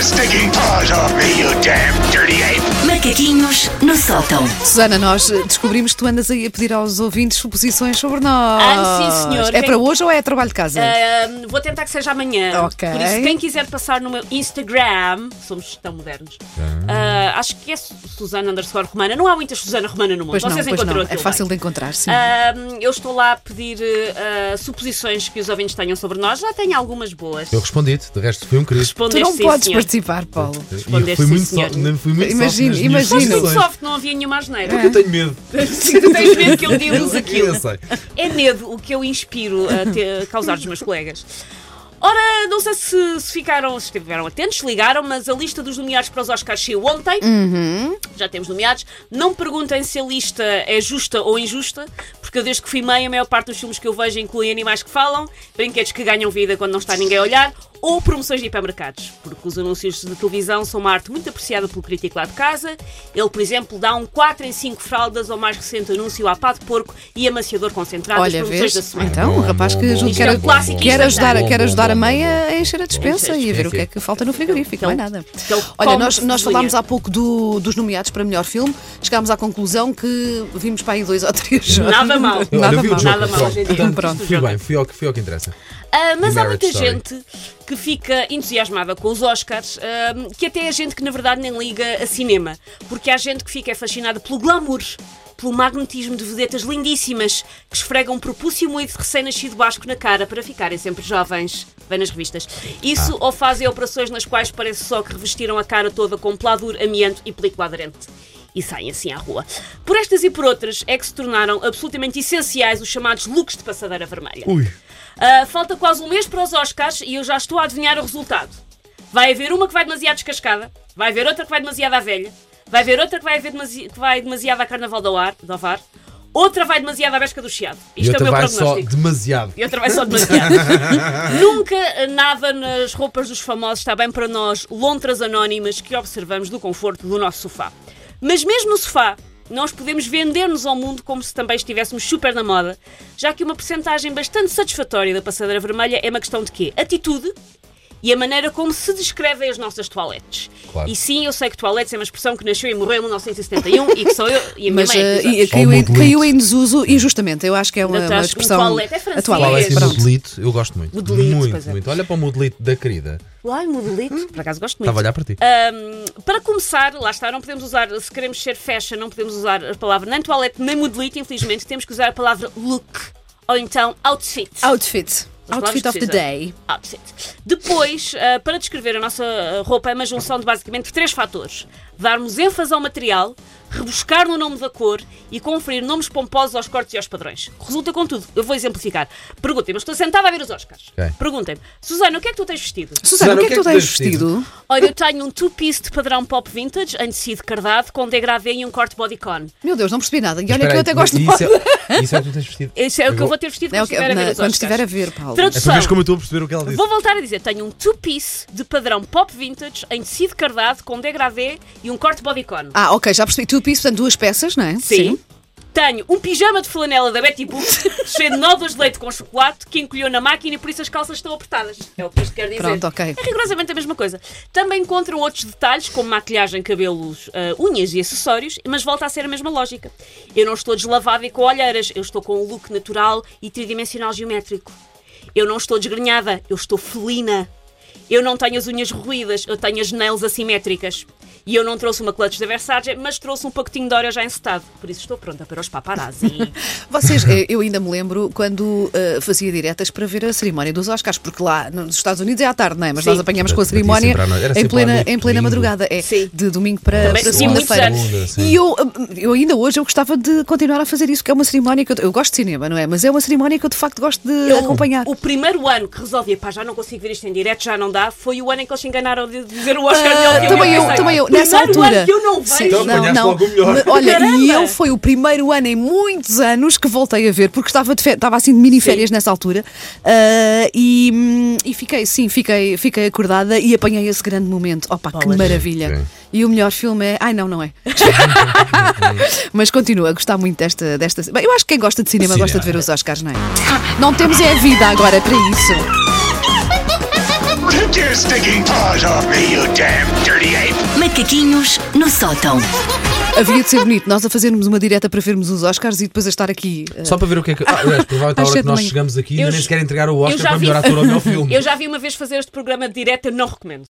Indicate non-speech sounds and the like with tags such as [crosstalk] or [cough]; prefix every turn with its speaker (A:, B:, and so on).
A: sticking paws off me, you damn dirty ape!
B: Macaquinhos no sótão.
C: Susana, nós eh, descobrimos que tu andas aí a pedir aos ouvintes suposições sobre nós.
D: Ah, sim, senhor. Ah,
C: É
D: Quem-
C: para hoje ou é trabalho de casa?
D: Ahm, vou tentar que seja amanhã.
C: Ok.
D: Por isso, quem quiser passar no meu Instagram, somos tão modernos, ah, acho que é Su- Susana underscore Romana. Não há muita Susana Romana no mundo.
C: pois não,
D: Vocês
C: pois
D: encontram Ah,
C: não.
D: aquilo
C: É
D: bem.
C: fácil de encontrar, sim.
D: Ahm, eu estou lá a pedir ah, suposições que os ouvintes tenham sobre nós. Já tenho algumas boas.
E: Eu respondi-te, de resto foi um querido.
C: tu
D: Respondeste,
C: não
D: sim,
C: podes
D: senhor.
C: participar, Paulo.
E: E fui
D: sim,
E: muito,
D: senhor.
E: so- não fui muito
C: Imagino,
E: soft nas minhas
C: imagino.
D: Muito
E: decisões.
D: soft, né? não havia nenhuma asneira.
C: É.
E: Porque eu tenho
D: [laughs]
E: medo.
D: Tu tens medo que eu
E: [laughs]
D: dilude aquilo.
E: Eu sei.
D: É medo o que eu inspiro a, te- a causar dos meus colegas. Ora, não sei se, se ficaram, se estiveram atentos, se ligaram, mas a lista dos nomeados para os Oscars saiu ontem.
C: Uhum.
D: Já temos nomeados. Não perguntem se a lista é justa ou injusta, porque eu desde que fui mãe, a maior parte dos filmes que eu vejo incluem animais que falam, brinquedos que ganham vida quando não está ninguém a olhar, ou promoções de hipermercados, porque os anúncios de televisão são uma arte muito apreciada pelo crítico lá de casa. Ele, por exemplo, dá um 4 em 5 fraldas ao mais recente anúncio à pá de porco e amaciador concentrado
C: Olha,
D: das promoções
C: vês?
D: da semana.
C: Então, o
E: Bom,
C: rapaz que
E: bom,
C: ajuda-
E: bom,
C: quer,
D: bom, bom, bom,
C: quer
D: bom,
C: ajudar,
E: bom,
C: quer
E: bom,
C: ajudar a
E: bom,
C: mãe
E: bom,
C: a encher a despensa
D: Sim,
C: e a ver
E: sim.
C: o que é que falta no frigorífico, não é nada.
D: Então,
C: Olha,
D: como
C: nós,
D: se
C: nós
D: desenha.
C: falámos há pouco do- dos nomeados para melhor filme, chegámos à conclusão que vimos para aí dois ou três.
D: Nada mal.
E: Olha,
C: Nada
E: eu vi o
C: mal.
E: Joker,
D: Nada mal,
E: pronto.
D: hoje em dia.
E: Portanto,
C: Pronto.
E: Fui bem, fui ao, que- fui ao que interessa.
D: Ah, mas
E: The
D: há muita
E: Marriage Story.
D: gente que fica entusiasmada com os Oscars, ahm, que até é gente que na verdade nem liga a cinema, porque há gente que fica fascinada pelo glamour. Pelo magnetismo de vedetas lindíssimas que esfregam um propúcio moído de recém-nascido basco na cara para ficarem sempre jovens. Vem nas revistas. Isso ou fazem operações nas quais parece só que revestiram a cara toda com pladur, amianto e película aderente e saem assim à rua. Por estas e por outras é que se tornaram absolutamente essenciais os chamados looks de passadeira vermelha.
E: Ui.
D: Ah, falta quase um mês para os Oscars e eu já estou a adivinhar o resultado. Vai haver uma que vai demasiado descascada, vai haver outra que vai demasiado à velha, vai haver outra que vai, haver demasi- que vai demasiado à carnaval do ar, do Ovar, outra vai demasiado à besca do chiado.
E: E
D: Isto é o
E: outra
D: meu
E: vai
D: prognóstico.
E: só demasiado.
D: Eu trabalho só de maquiagem. Nunca nada nas roupas dos famosos está bem para nós, lontras anónimas que observamos do conforto do nosso sofá. Mas mesmo no sofá, nós podemos vender-nos ao mundo como se também estivéssemos super na moda, já que uma percentagem bastante satisfatória da passadeira vermelha é uma questão de quê? Atitude e a maneira como se descrevem as nossas toaletes.
E: Claro.
D: E sim, eu sei que toaletes é uma expressão que nasceu e morreu em 1971 e que sou eu e a minha
C: Mas
D: mãe. é
C: eh,
D: que usamos.
C: e- caiu, em,
E: Ou modelito.
C: caiu em desuso injustamente. Eu acho que é uma,
D: Não, tu
C: uma
D: achas que
C: expressão.
D: um toalete é francês.
C: atual.
E: Fala assim,
C: Pronto.
E: modelito, eu gosto muito.
D: Modelito, pois
E: muito,
D: é.
E: muito. Olha para o modelito da querida.
D: Ai, modelito. Por acaso gosto muito.
E: Estava a olhar para ti.
D: Um, para começar, lá está, não podemos usar, se queremos ser fashion, não podemos usar a palavra nem toalete nem modelito, infelizmente, temos que usar a palavra look ou então outfit.
C: Outfit. Outfit
D: palavras
C: of the
D: precisas.
C: day.
D: Outfit. Depois, ah, para descrever a nossa ah, roupa, é uma junção de basicamente três fatores: darmos ênfase ao material, rebuscar no nome da cor e conferir nomes pomposos aos cortes e aos padrões. Resulta contudo, eu vou exemplificar. Perguntem-me, eu estou sentada a ver os Oscars.
E: Ok.
D: Perguntem-me, Susana, o que é que tu tens vestido?
C: Susana, o que é que tu tens vestido?
D: Olha, eu tenho um two-piece de padrão pop vintage, em tecido cardado, com degradê e um corte bodycon.
C: Meu Deus, não percebi nada. E olha
E: Espera
C: que eu
E: aí,
C: até gosto de
E: isso
C: moda.
E: é, isso é o que tu tens vestido.
D: [laughs] Isso é o que eu vou ter vestido
C: É o
D: quando
C: que-
D: estiver a ver
C: na-
D: os
C: quando
D: Oscars.
C: estiver a ver, Paulo.
E: É para
D: Tradução.
E: veres como eu estou a perceber o que ela disse.
D: Vou voltar a dizer, tenho um two-piece de padrão pop vintage, em tecido cardado, com degradê e um corte bodycon.
C: Ah, ok, já percebi. Two piece, portanto, duas peças, não é?
D: Tenho um pijama de flanela da Betty Boop, [laughs] cheio de nódulas de leite com chocolate, que encolheu na máquina e por isso as calças estão apertadas. É o que isto quer dizer.
C: Pronto, ok.
D: É rigorosamente a mesma coisa. Também encontram outros detalhes, como maquilhagem, cabelos, ah, unhas e acessórios, mas volta a ser a mesma lógica. Eu não estou deslavada e com olheiras, eu estou com um look natural e tridimensional geométrico. Eu não estou desgrenhada, eu estou felina. Eu não tenho as unhas ruídas, eu tenho as nails assimétricas. E eu não trouxe uma clutch da Versace, mas trouxe um pacotinho de Oreo já encetado. Por isso estou pronta para os paparazzi.
C: Vocês, eh, eu ainda me lembro quando eh, fazia diretas para ver a cerimónia dos Oscars, porque lá nos Estados Unidos é à tarde, não é? Mas
D: Sim.
C: nós apanhamos com a
E: Era sempre
C: cerimónia
E: à noite. Era
C: em
E: sempre à
C: plena,
E: noite,
C: em plena
E: domingo.
C: madrugada. É
D: Sim.
C: de domingo para,
D: Também
C: para
D: sim, muitos
C: segunda-feira.
D: anos.
E: Segunda, sim.
C: E eu, eh, eu ainda hoje eu gostava de continuar a fazer isso, que é uma cerimónia que eu, eu gosto de cinema, não é? Mas é uma cerimónia que eu de facto gosto de acompanhar.
D: Então, O primeiro ano que resolvi, pá, já não consigo ver isto em direto, já não dá, foi o ano em que eles se enganaram de dizer o Oscar
C: Ah,
D: melhor filme.
C: também eu,
D: pensei,
C: também eu,
D: primeiro
C: nessa altura.
D: Ano que eu não vejo.
C: Sim,
E: Então apanhaste logo o melhor.
C: Mas, Olha, e
D: Caramba!
C: eu foi o primeiro ano em muitos anos que voltei a ver, porque estava, de fe- estava assim de mini férias nessa altura. Ah, e, hum, e fiquei, sim, fiquei, fiquei acordada e apanhei esse grande momento. Opa, que maravilha!
E: Sim.
C: E o melhor filme é. Ai, não, não
E: [laughs]
C: é. Mas continuo a gostar muito desta. desta... Bem, eu acho que quem gosta de cinema
E: Cinema.
C: gosta de é ver os Oscars, não é? Não temos é a vida agora para isso.
A: Tip Take your stinking paws off me, you damn dirty ape!
B: Macaquinhos no sótão.
C: Havia de ser bonito nós a fazermos uma direta para vermos os Oscars e depois a estar aqui. eh,
E: Só para ver o que é que. Ah, aliás, provavelmente a
C: Às
E: hora
C: sete
E: que nós
C: da manhã.
E: chegamos aqui, ainda
D: Eu
E: nem
D: já-
E: sequer entregar o
D: eu
E: Oscar
D: já [laughs]
E: para
D: vi-
E: melhor ator ao meu filme.
D: Eu já vi uma vez fazer este programa de direta, não recomendo.